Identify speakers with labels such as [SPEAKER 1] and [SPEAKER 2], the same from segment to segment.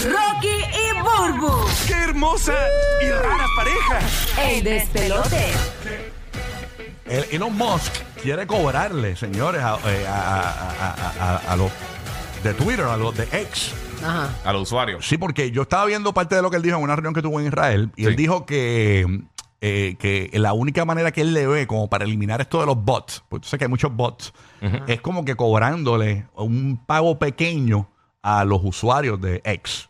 [SPEAKER 1] Rocky y Burbu.
[SPEAKER 2] ¡Qué hermosa y rara pareja!
[SPEAKER 1] El despelote.
[SPEAKER 3] El Eh, Elon Musk quiere cobrarle, señores, a, eh, a- a- a- a- a los de Twitter, a los de X.
[SPEAKER 4] Ajá.
[SPEAKER 5] a los usuarios.
[SPEAKER 3] Sí, porque yo estaba viendo parte de lo que él dijo en una reunión que tuvo en Israel y él
[SPEAKER 5] Sí.
[SPEAKER 3] dijo que, eh, que la única manera que él le ve como para eliminar esto de los bots, porque tú sabes que hay muchos bots, es como que cobrándole un pago pequeño a los usuarios de X.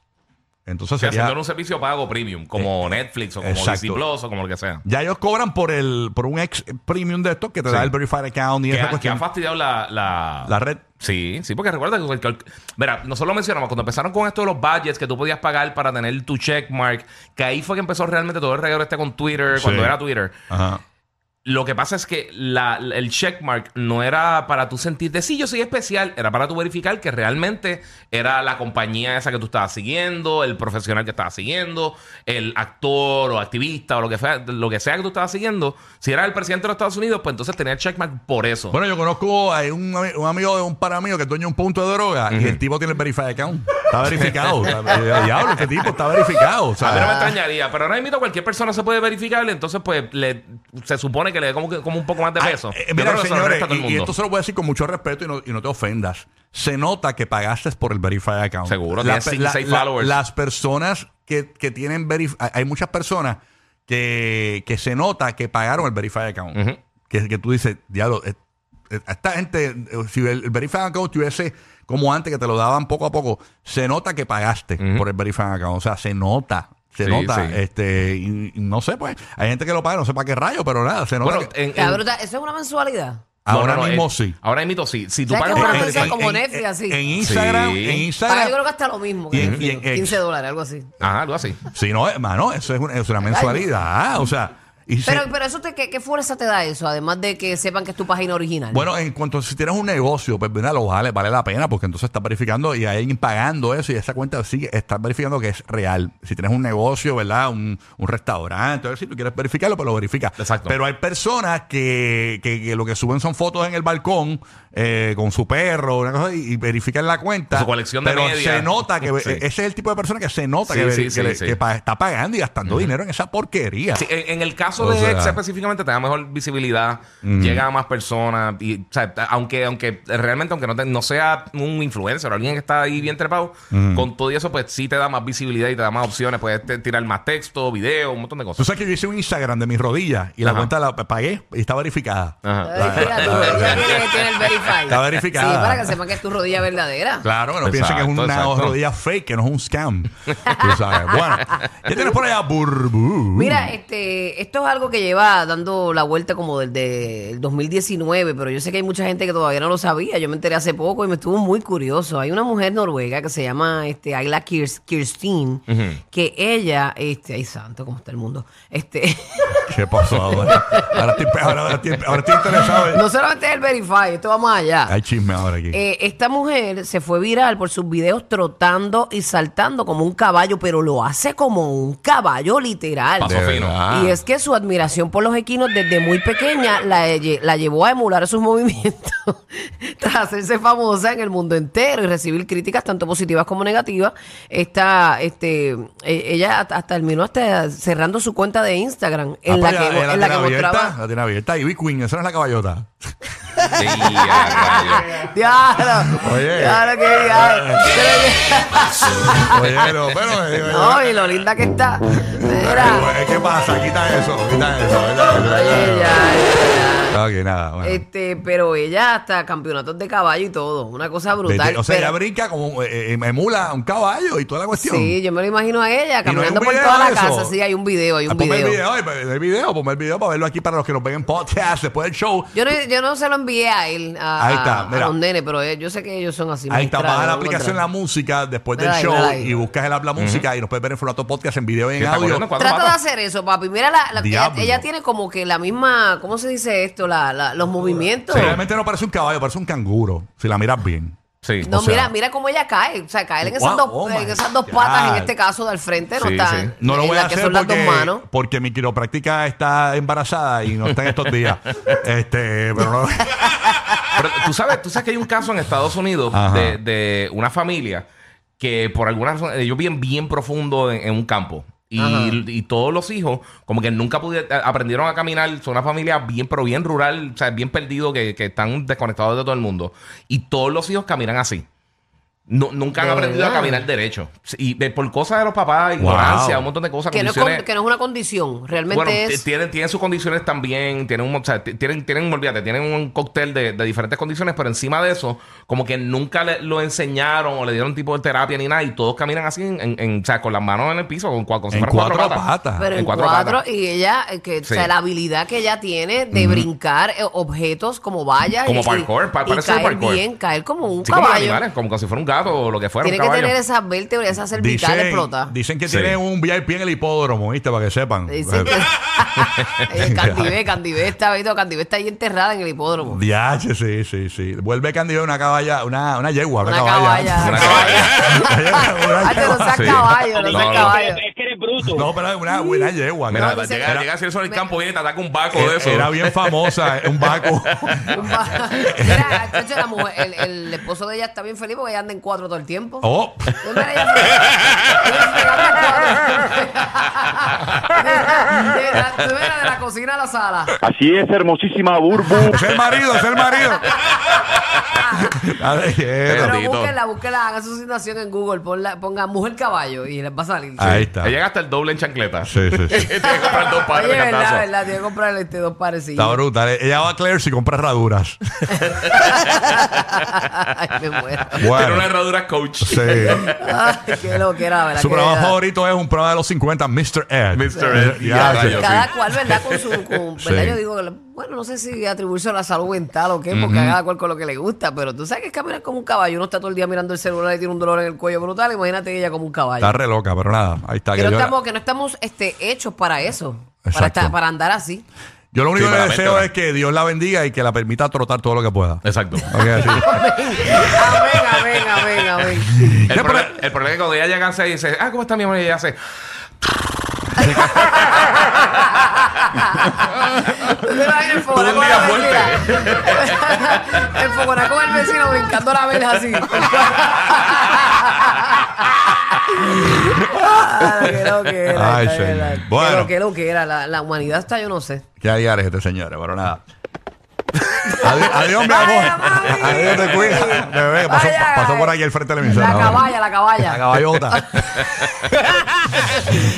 [SPEAKER 3] Entonces
[SPEAKER 5] O sea,
[SPEAKER 3] sería, Eh,
[SPEAKER 5] haciendo un servicio pago premium, como Netflix o como
[SPEAKER 3] exacto.
[SPEAKER 5] Disney Plus o como lo que sea.
[SPEAKER 3] ya ellos cobran por el por un X premium de estos que te da
[SPEAKER 5] Sí.
[SPEAKER 3] el verified account y
[SPEAKER 5] Que
[SPEAKER 3] esa
[SPEAKER 5] ha, que ha
[SPEAKER 3] cuestión.
[SPEAKER 5] fastidiado la, la,
[SPEAKER 3] La red.
[SPEAKER 5] Sí, sí, porque recuerda que. que- que- mira, nosotros lo mencionamos cuando empezaron con esto de los budgets que tú podías pagar para tener tu checkmark, que ahí fue que empezó realmente todo el reguero este con Twitter,
[SPEAKER 3] Sí.
[SPEAKER 5] cuando era Twitter.
[SPEAKER 3] Ajá.
[SPEAKER 5] Lo que pasa es que la, la- el checkmark no era para tú sentirte, sí, yo soy especial, era para tú verificar que realmente era la compañía esa que tú estabas siguiendo, el profesional que estabas siguiendo, el actor o activista o lo que, fue, lo que sea que tú estabas siguiendo. Si era el presidente de los Estados Unidos, pues entonces tenía el checkmark por eso.
[SPEAKER 3] Bueno, yo conozco a un, ami- un amigo de un para mío que es dueño de un punto de droga y el tipo tiene el verified account. Está verificado. O sea, eh, Diablo, este tipo está verificado. O sea,
[SPEAKER 5] A mí no me extrañaría, pero ahora mismo cualquier persona se puede verificar, entonces pues le, se supone que le dé como, que- como un poco más de
[SPEAKER 3] Ah,
[SPEAKER 5] peso.
[SPEAKER 3] eh,
[SPEAKER 5] Yo
[SPEAKER 3] mira,
[SPEAKER 5] creo que se lo
[SPEAKER 3] señores,
[SPEAKER 5] resta a todo
[SPEAKER 3] y-
[SPEAKER 5] el
[SPEAKER 3] y,
[SPEAKER 5] mundo.
[SPEAKER 3] esto se lo voy a decir con mucho respeto y no, y no te ofendas. Se nota que pagaste por el verified account.
[SPEAKER 5] Seguro,
[SPEAKER 3] Las
[SPEAKER 5] tienes
[SPEAKER 3] pe-
[SPEAKER 5] cinco, seis followers.
[SPEAKER 3] Las personas que, que tienen verif- hay- Hay muchas personas que, que se nota que pagaron el verified account.
[SPEAKER 5] Ujú.
[SPEAKER 3] que, que tú dices, diablo, eh, eh, esta gente, eh, si el, el verified account tuviese como antes que te lo daban poco a poco, se nota que pagaste
[SPEAKER 5] Ujú.
[SPEAKER 3] por el verified account. O sea, se nota. Se
[SPEAKER 5] Sí,
[SPEAKER 3] nota,
[SPEAKER 5] sí.
[SPEAKER 3] este, y- y no sé, pues, hay gente que lo paga, no sé para qué rayo, pero nada, se nota.
[SPEAKER 5] Bueno,
[SPEAKER 3] que-
[SPEAKER 5] en- en-
[SPEAKER 4] Está bruta. Eso es una mensualidad.
[SPEAKER 5] no,
[SPEAKER 3] ahora
[SPEAKER 5] no, no,
[SPEAKER 3] mismo
[SPEAKER 5] eh,
[SPEAKER 3] sí.
[SPEAKER 5] Ahora mismo sí. Si tú
[SPEAKER 4] ¿Sabes
[SPEAKER 5] pagas
[SPEAKER 4] qué?
[SPEAKER 5] por
[SPEAKER 4] Ahora
[SPEAKER 5] el
[SPEAKER 4] mismo
[SPEAKER 5] verified-
[SPEAKER 4] como Netflix, así.
[SPEAKER 3] En Instagram, en
[SPEAKER 5] Sí.
[SPEAKER 4] Ah, yo creo
[SPEAKER 3] Instagram.
[SPEAKER 4] que hasta lo mismo.
[SPEAKER 3] Y
[SPEAKER 4] que
[SPEAKER 3] en-
[SPEAKER 4] yo
[SPEAKER 3] y
[SPEAKER 4] digo,
[SPEAKER 3] en ex.
[SPEAKER 4] 15 dólares, algo así.
[SPEAKER 5] eh, Ajá, algo así.
[SPEAKER 3] Si no, hermano, eso es una, es una mensualidad, o sea. y se-
[SPEAKER 4] Pero, pero eso te, ¿qué, qué fuerza te da eso? Además de que sepan que es tu página original.
[SPEAKER 3] Bueno, en cuanto a si tienes un negocio, pues mira, lo vale, vale la pena, porque entonces estás verificando y hay alguien pagando eso y esa cuenta sí estás verificando que es real. Si tienes un negocio, ¿verdad? Un, un restaurante, a ver si tú quieres verificarlo, pues lo verificas.
[SPEAKER 5] Exacto.
[SPEAKER 3] Pero hay personas que, que- que lo que suben son fotos en el balcón eh, con su perro, una cosa, y, y verifican la cuenta.
[SPEAKER 5] Su colección de
[SPEAKER 3] Pero
[SPEAKER 5] media.
[SPEAKER 3] se nota que
[SPEAKER 5] Sí.
[SPEAKER 3] ese es el tipo de persona que se nota
[SPEAKER 5] Sí,
[SPEAKER 3] que,
[SPEAKER 5] sí,
[SPEAKER 3] que
[SPEAKER 5] sí,
[SPEAKER 3] le-
[SPEAKER 5] sí.
[SPEAKER 3] que pa- está pagando y gastando dinero en esa porquería.
[SPEAKER 5] Sí, en, en el caso
[SPEAKER 3] Ah. O
[SPEAKER 5] de
[SPEAKER 3] sea-
[SPEAKER 5] Ex específicamente te da mejor visibilidad, llega a más personas, y, o sea, ta- aunque, aunque realmente aunque no, te- no sea un influencer o alguien que está ahí bien trepado, con todo y eso pues sí te da más visibilidad y te da más opciones, puedes te- tirar más texto, video, un montón de
[SPEAKER 3] Tú
[SPEAKER 5] cosas.
[SPEAKER 3] sabes que yo hice un Instagram de mis rodillas y la
[SPEAKER 5] Ajá.
[SPEAKER 3] cuenta la pagué y está verificada.
[SPEAKER 5] Ajá.
[SPEAKER 4] Ay, fíjate, ya tiene, tiene el verify.
[SPEAKER 3] Está verificada.
[SPEAKER 4] Sí, para que sepan que es tu rodilla verdadera.
[SPEAKER 3] Claro, que no piensen que es
[SPEAKER 5] Exacto,
[SPEAKER 3] una
[SPEAKER 5] exacto.
[SPEAKER 3] rodilla fake, que no es un scam. Tú sabes. Bueno, ¿qué tienes por allá, Burbu?
[SPEAKER 4] Mira, este, esto es algo que lleva dando la vuelta como desde el 2019, pero yo sé que hay mucha gente que todavía no lo sabía. Yo me enteré hace poco y me estuvo muy curioso. Hay una mujer noruega que se llama este, Ayla Kirs- Kirstin, que ella, este, ay santo, cómo está el mundo, este,
[SPEAKER 3] ¿Qué pasó ahora? Ahora estoy, ahora- ahora estoy- ahora estoy interesado.
[SPEAKER 4] no solamente es el verify, esto va más allá.
[SPEAKER 3] Hay chisme ahora aquí. Ah,
[SPEAKER 4] Eh, esta mujer se fue viral por sus videos trotando y saltando como un caballo, pero lo hace como un caballo literal.
[SPEAKER 5] Pasó
[SPEAKER 3] De
[SPEAKER 5] fino.
[SPEAKER 3] verdad.
[SPEAKER 4] Y es que su admiración por los equinos desde muy pequeña la, lle- la llevó a emular sus movimientos tras hacerse famosa en el mundo entero y recibir críticas tanto positivas como negativas. Esta, este, eh, ella hasta- hasta terminó hasta cerrando su cuenta de Instagram
[SPEAKER 3] Ah,
[SPEAKER 4] en la
[SPEAKER 3] pues ya-
[SPEAKER 4] que,
[SPEAKER 3] ya
[SPEAKER 4] en la que
[SPEAKER 3] tiene abierta,
[SPEAKER 4] mostraba.
[SPEAKER 3] la tiene abierta. Y Queen, esa no es la caballota.
[SPEAKER 5] Sí, a rayos.
[SPEAKER 4] Diablo,
[SPEAKER 3] Oye.
[SPEAKER 4] diablo, qué diablo.
[SPEAKER 3] Oye, pero, pero, eh, eh,
[SPEAKER 4] No, y lo linda que está. Mira.
[SPEAKER 3] eh, ¿qué pasa? Quita eso, quita eso. ¿verdad?
[SPEAKER 4] Ella, ella.
[SPEAKER 3] Ok, nada, bueno.
[SPEAKER 4] Este, pero ella hasta campeonatos de caballo y todo. Una
[SPEAKER 3] De-
[SPEAKER 4] cosa
[SPEAKER 3] de-
[SPEAKER 4] brutal.
[SPEAKER 3] o sea,
[SPEAKER 4] pero-
[SPEAKER 3] ella brinca como, eh, eh, emula un caballo y toda la cuestión.
[SPEAKER 4] Sí, yo me lo imagino a ella
[SPEAKER 3] no hay
[SPEAKER 4] caminando
[SPEAKER 3] un
[SPEAKER 4] por
[SPEAKER 3] video
[SPEAKER 4] toda la
[SPEAKER 3] de eso?
[SPEAKER 4] casa. Sí, hay un video, hay
[SPEAKER 3] Ah,
[SPEAKER 4] un
[SPEAKER 3] ponme
[SPEAKER 4] video.
[SPEAKER 3] el video, eh, ponme el video, ponme el video para verlo aquí para los que nos ven en podcast después del show.
[SPEAKER 4] Yo no, yo no se lo envié a él, a,
[SPEAKER 3] Ahí está,
[SPEAKER 4] a- a
[SPEAKER 3] mira.
[SPEAKER 4] los nenes, pero eh, yo sé que ellos son así.
[SPEAKER 3] Ahí está,
[SPEAKER 4] maestrales,
[SPEAKER 3] baja la
[SPEAKER 4] vamos a
[SPEAKER 3] aplicación La
[SPEAKER 4] entrar.
[SPEAKER 3] Música después del
[SPEAKER 4] Mira ahí,
[SPEAKER 3] show
[SPEAKER 4] mira ahí.
[SPEAKER 3] y buscas el Habla Música y nos puedes ver en formato podcast en video y en
[SPEAKER 5] ¿Qué está
[SPEAKER 3] audio.
[SPEAKER 5] corriendo? ¿Cuánto
[SPEAKER 4] Trata de
[SPEAKER 5] mata?
[SPEAKER 4] hacer eso, papi. Mira, la, la- ella,
[SPEAKER 3] Diablo.
[SPEAKER 4] ella tiene como que la misma, ¿cómo se dice esto? La, la- los movimientos.
[SPEAKER 3] Sí, realmente no parece un caballo, parece un canguro, si la miras bien.
[SPEAKER 5] Sí.
[SPEAKER 4] no,
[SPEAKER 3] o sea-
[SPEAKER 4] mira, mira cómo ella cae. O sea, cae en esas
[SPEAKER 3] Wow,
[SPEAKER 4] dos,
[SPEAKER 3] oh my
[SPEAKER 4] en esas dos patas,
[SPEAKER 3] God.
[SPEAKER 4] en este caso del frente, no
[SPEAKER 5] Sí,
[SPEAKER 4] está.
[SPEAKER 5] sí.
[SPEAKER 3] No lo
[SPEAKER 4] en
[SPEAKER 3] voy
[SPEAKER 4] la
[SPEAKER 3] a
[SPEAKER 4] que
[SPEAKER 3] hacer
[SPEAKER 4] son las dos
[SPEAKER 3] porque,
[SPEAKER 4] manos.
[SPEAKER 3] porque mi quiropráctica está embarazada y no está en estos días. este, pero no.
[SPEAKER 5] Pero tú sabes, tú sabes que hay un caso en Estados Unidos
[SPEAKER 3] Ajá.
[SPEAKER 5] de, de una familia que por alguna razón, ellos viven bien profundo en, en un campo. Y, y todos los hijos, como que nunca pudieron, aprendieron a caminar. Son una familia bien, pero bien rural, o sea, bien perdido, que, que están desconectados de todo el mundo. Y todos los hijos caminan así. No- nunca han
[SPEAKER 4] ¿De
[SPEAKER 5] aprendido a
[SPEAKER 4] verdad?
[SPEAKER 5] caminar derecho. Y de- por cosas de los papás,
[SPEAKER 3] Wow.
[SPEAKER 5] ignorancia, un montón de cosas.
[SPEAKER 4] Que no, es
[SPEAKER 5] condiciones-
[SPEAKER 4] con- que no es una condición, realmente
[SPEAKER 5] bueno,
[SPEAKER 4] es...
[SPEAKER 5] t- tienen, tienen sus condiciones también, tienen un, o sea, t- tienen, tienen, olvídate, tienen un cóctel de, de diferentes condiciones, pero encima de eso, como que nunca le- lo enseñaron o le dieron tipo de terapia ni nada, y todos caminan así, en, en- en- o sea, con las manos en el piso, con, cua- con si
[SPEAKER 3] En
[SPEAKER 5] fueran
[SPEAKER 3] cuatro patas.
[SPEAKER 4] Pero
[SPEAKER 5] ah, en
[SPEAKER 4] en,
[SPEAKER 5] cuatro
[SPEAKER 4] cuatro,
[SPEAKER 5] patas.
[SPEAKER 4] y ella, eh, que, o
[SPEAKER 5] Sí.
[SPEAKER 4] sea, la habilidad que ella tiene de brincar eh, objetos como vallas
[SPEAKER 5] Como
[SPEAKER 4] y,
[SPEAKER 5] parkour, pa-
[SPEAKER 4] y
[SPEAKER 5] parece un
[SPEAKER 4] caer
[SPEAKER 5] parkour.
[SPEAKER 4] bien, caer como un
[SPEAKER 5] Sí, como los
[SPEAKER 4] caballo.
[SPEAKER 5] animales, como, como si fuera un gato o lo que fuera,
[SPEAKER 4] tiene
[SPEAKER 5] un
[SPEAKER 4] que
[SPEAKER 5] caballo.
[SPEAKER 4] tener esas vértebras, esas cervicales
[SPEAKER 3] Dicen,
[SPEAKER 4] explotadas.
[SPEAKER 3] dicen que
[SPEAKER 5] Sí.
[SPEAKER 3] tiene un VIP en el hipódromo, ¿viste? Para que sepan.
[SPEAKER 4] Dicen que... Eh, Candivé, Candivé está, ¿viste? Candivé está ahí enterrada en el hipódromo.
[SPEAKER 3] Diache, sí, sí, sí. Vuelve Candido una caballa, una, una yegua, una,
[SPEAKER 4] Una caballa.
[SPEAKER 5] Una
[SPEAKER 4] Una
[SPEAKER 3] Una
[SPEAKER 4] Ah, no
[SPEAKER 3] yegua.
[SPEAKER 4] seas
[SPEAKER 5] Sí.
[SPEAKER 4] caballo, no
[SPEAKER 5] No,
[SPEAKER 4] seas
[SPEAKER 5] no.
[SPEAKER 4] caballo.
[SPEAKER 6] Es que eres bruto.
[SPEAKER 3] No, pero una buena yegua.
[SPEAKER 5] Mira,
[SPEAKER 4] No,
[SPEAKER 3] Era-
[SPEAKER 4] dice-
[SPEAKER 5] llega, llega si eso en el
[SPEAKER 4] Me-
[SPEAKER 5] campo, viene y te ataca un baco de eso.
[SPEAKER 3] era, bien famosa, eh, un vaco.
[SPEAKER 4] Mira, chacho, la mujer- el, el esposo de ella está bien feliz porque ella anda en cuatro todo el tiempo.
[SPEAKER 3] Oh,
[SPEAKER 4] Mira, ella se- ella se anda en cuatro. De la- de la- de la cocina a la sala.
[SPEAKER 7] Así es, hermosísima Burbu.
[SPEAKER 3] es el marido, es el marido. Dale, quieto.
[SPEAKER 4] Pero
[SPEAKER 5] Bendito.
[SPEAKER 4] búsquenla, búsquenla, hagan su situación en Google, ponla, ponga mujer caballo y les va a salir.
[SPEAKER 3] Ahí está.
[SPEAKER 5] Ella gasta el doble en chancleta.
[SPEAKER 3] Sí, sí, sí.
[SPEAKER 5] Tiene que comprar dos pares
[SPEAKER 4] Oye,
[SPEAKER 5] de
[SPEAKER 4] verdad,
[SPEAKER 5] cantazo.
[SPEAKER 4] verdad, tiene que comprarle este dos
[SPEAKER 3] Está
[SPEAKER 4] parecidos.
[SPEAKER 3] brutal. Ella va a Claire's y compra herraduras.
[SPEAKER 4] Ay, me muero.
[SPEAKER 5] Tiene una
[SPEAKER 3] Bueno,
[SPEAKER 5] herradura coach.
[SPEAKER 3] sí.
[SPEAKER 4] Ay, qué lo que era, ¿verdad?
[SPEAKER 3] Su
[SPEAKER 4] Qué
[SPEAKER 3] programa
[SPEAKER 4] verdad.
[SPEAKER 3] favorito es un programa de los 50, Mr. Ed.
[SPEAKER 5] Mr. Ed,
[SPEAKER 3] Ya,
[SPEAKER 5] ya,
[SPEAKER 3] sí.
[SPEAKER 5] rayos.
[SPEAKER 4] Cada cual, ¿verdad? Con su. con-
[SPEAKER 3] Sí.
[SPEAKER 4] ¿verdad? Yo digo, que la- bueno, no sé si atribuirse a la salud mental o qué, porque cada cual con lo que le gusta, pero tú sabes que es caminar como un caballo. Uno está todo el día mirando el celular y tiene un dolor en el cuello brutal. Imagínate ella como un caballo.
[SPEAKER 3] Está re loca, pero nada. Ahí está.
[SPEAKER 4] que,
[SPEAKER 3] que
[SPEAKER 4] no
[SPEAKER 3] yo-
[SPEAKER 4] estamos, que no estamos este, hechos para eso,
[SPEAKER 3] Exacto.
[SPEAKER 4] para, estar- para andar así.
[SPEAKER 3] Yo lo único
[SPEAKER 5] Sí,
[SPEAKER 3] que
[SPEAKER 5] para
[SPEAKER 3] le
[SPEAKER 5] la
[SPEAKER 3] deseo
[SPEAKER 5] vértebra.
[SPEAKER 3] es que Dios la bendiga y que la permita trotar todo lo que pueda.
[SPEAKER 5] Exacto.
[SPEAKER 3] Ok, así.
[SPEAKER 4] amén, amén, amén, amén.
[SPEAKER 5] El,
[SPEAKER 3] Ya,
[SPEAKER 5] proble-
[SPEAKER 3] pero-
[SPEAKER 5] el problema es que cuando ella llega a y dice, ah, ¿cómo está mi amor? Y ella hace,
[SPEAKER 4] Tú te vas en el fogonaco
[SPEAKER 5] Todo un
[SPEAKER 4] a la
[SPEAKER 5] día
[SPEAKER 4] vecina. El fogonaco del vecino brincando la verja así. Ah, lo que lo que era,
[SPEAKER 3] Ay,
[SPEAKER 4] esta
[SPEAKER 3] señor.
[SPEAKER 4] era. Que
[SPEAKER 3] Bueno.
[SPEAKER 4] lo que lo que era. La, la humanidad está, yo no sé.
[SPEAKER 3] Que hay este señores, pero nada. Adi- adiós, mi amor.
[SPEAKER 4] Vaya, mami.
[SPEAKER 3] Adiós, te cuida. Bebé, pasó,
[SPEAKER 4] Vaya.
[SPEAKER 3] pasó por aquí al frente de la emisora.
[SPEAKER 4] La
[SPEAKER 3] ahora.
[SPEAKER 4] caballa, la
[SPEAKER 3] La
[SPEAKER 4] caballa.
[SPEAKER 3] caballota.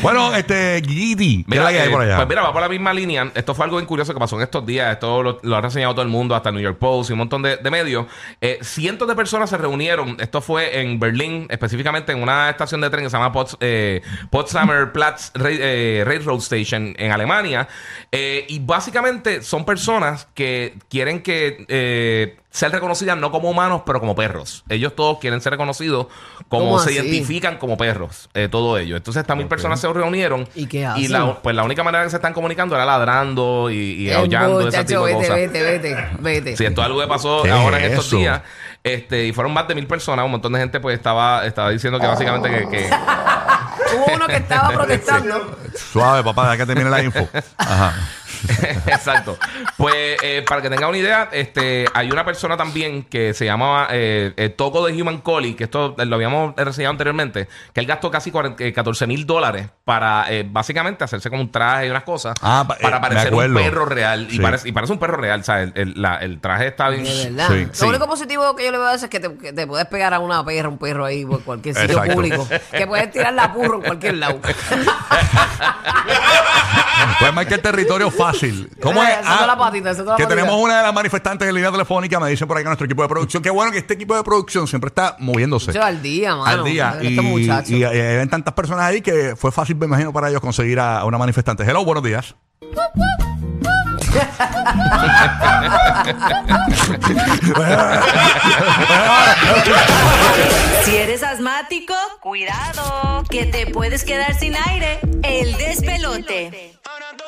[SPEAKER 3] bueno, este, Gidi, ¿qué es
[SPEAKER 5] Mira,
[SPEAKER 3] la que hay
[SPEAKER 5] eh,
[SPEAKER 3] por allá?
[SPEAKER 5] Pues mira, va por la misma línea. Esto fue algo bien curioso que pasó en estos días. Esto lo, lo ha reseñado todo el mundo, hasta el New York Post y un montón de, de medios. Eh, cientos de personas se reunieron. Esto fue en Berlín, específicamente en una estación de tren que se llama Pots- eh, Potsdamer Platz Ra- eh, Railroad Station en Alemania. Eh, y básicamente son personas que quieren que eh, sean reconocidas no como humanos, pero como perros. Ellos todos quieren ser reconocidos como
[SPEAKER 4] ¿Cómo
[SPEAKER 5] se
[SPEAKER 4] así?
[SPEAKER 5] identifican como perros, eh, todo ello. Entonces, estas mil personas se reunieron
[SPEAKER 4] ¿Y qué hacen?
[SPEAKER 5] la, pues la única manera que se están comunicando era ladrando y, y
[SPEAKER 4] Eh,
[SPEAKER 5] aullando, ese
[SPEAKER 4] muchacho,
[SPEAKER 5] tipo de
[SPEAKER 4] vete,
[SPEAKER 5] cosas.
[SPEAKER 4] vete, vete, vete.
[SPEAKER 5] Sí, esto es algo que pasó
[SPEAKER 3] ¿Qué
[SPEAKER 5] ahora en
[SPEAKER 3] es
[SPEAKER 5] estos
[SPEAKER 3] eso?
[SPEAKER 5] días. Este, y fueron más de mil personas. Un montón de gente pues estaba, estaba diciendo que básicamente que, que-
[SPEAKER 4] Hubo uno que estaba protestando.
[SPEAKER 3] Suave, papá, deja que termine la info. Ajá.
[SPEAKER 5] Exacto. Pues eh, para que tengan una idea, este, hay una persona también que se llamaba eh, el Toco de Human Collie, que esto eh, lo habíamos reseñado anteriormente, que él gastó casi 40, eh, 14 mil dólares para eh, básicamente hacerse como un traje y unas cosas
[SPEAKER 3] Ah, pa-
[SPEAKER 5] para
[SPEAKER 3] eh, me
[SPEAKER 5] parecer un
[SPEAKER 3] acuerdo.
[SPEAKER 5] perro real. Y,
[SPEAKER 3] Sí.
[SPEAKER 5] parece, y parece un perro real, ¿sabes? El, el- la- el traje está bien.
[SPEAKER 4] De verdad.
[SPEAKER 3] Sí.
[SPEAKER 4] Lo
[SPEAKER 5] Sí.
[SPEAKER 4] único positivo que yo le veo a eso es que te, que te puedes pegar a una perra, un perro ahí por cualquier sitio
[SPEAKER 3] Exacto.
[SPEAKER 4] público. Que puedes tirar la burro en cualquier lado.
[SPEAKER 3] Pues más que el territorio fácil. ¿Cómo es? Ah,
[SPEAKER 4] Esa es toda la patita, esa es toda la
[SPEAKER 3] que
[SPEAKER 4] patita.
[SPEAKER 3] tenemos una de las manifestantes en línea telefónica, me dicen por acá nuestro equipo de producción. Qué bueno que este equipo de producción siempre está moviéndose.
[SPEAKER 4] Yo al día, mano.
[SPEAKER 3] al día. Y,
[SPEAKER 4] Estos muchachos.
[SPEAKER 3] y, eh, ven tantas personas ahí que fue fácil, me imagino, para ellos conseguir a, a una manifestante. Hello, buenos días.
[SPEAKER 1] Si eres asmático, cuidado, que te puedes quedar sin aire. El despelote.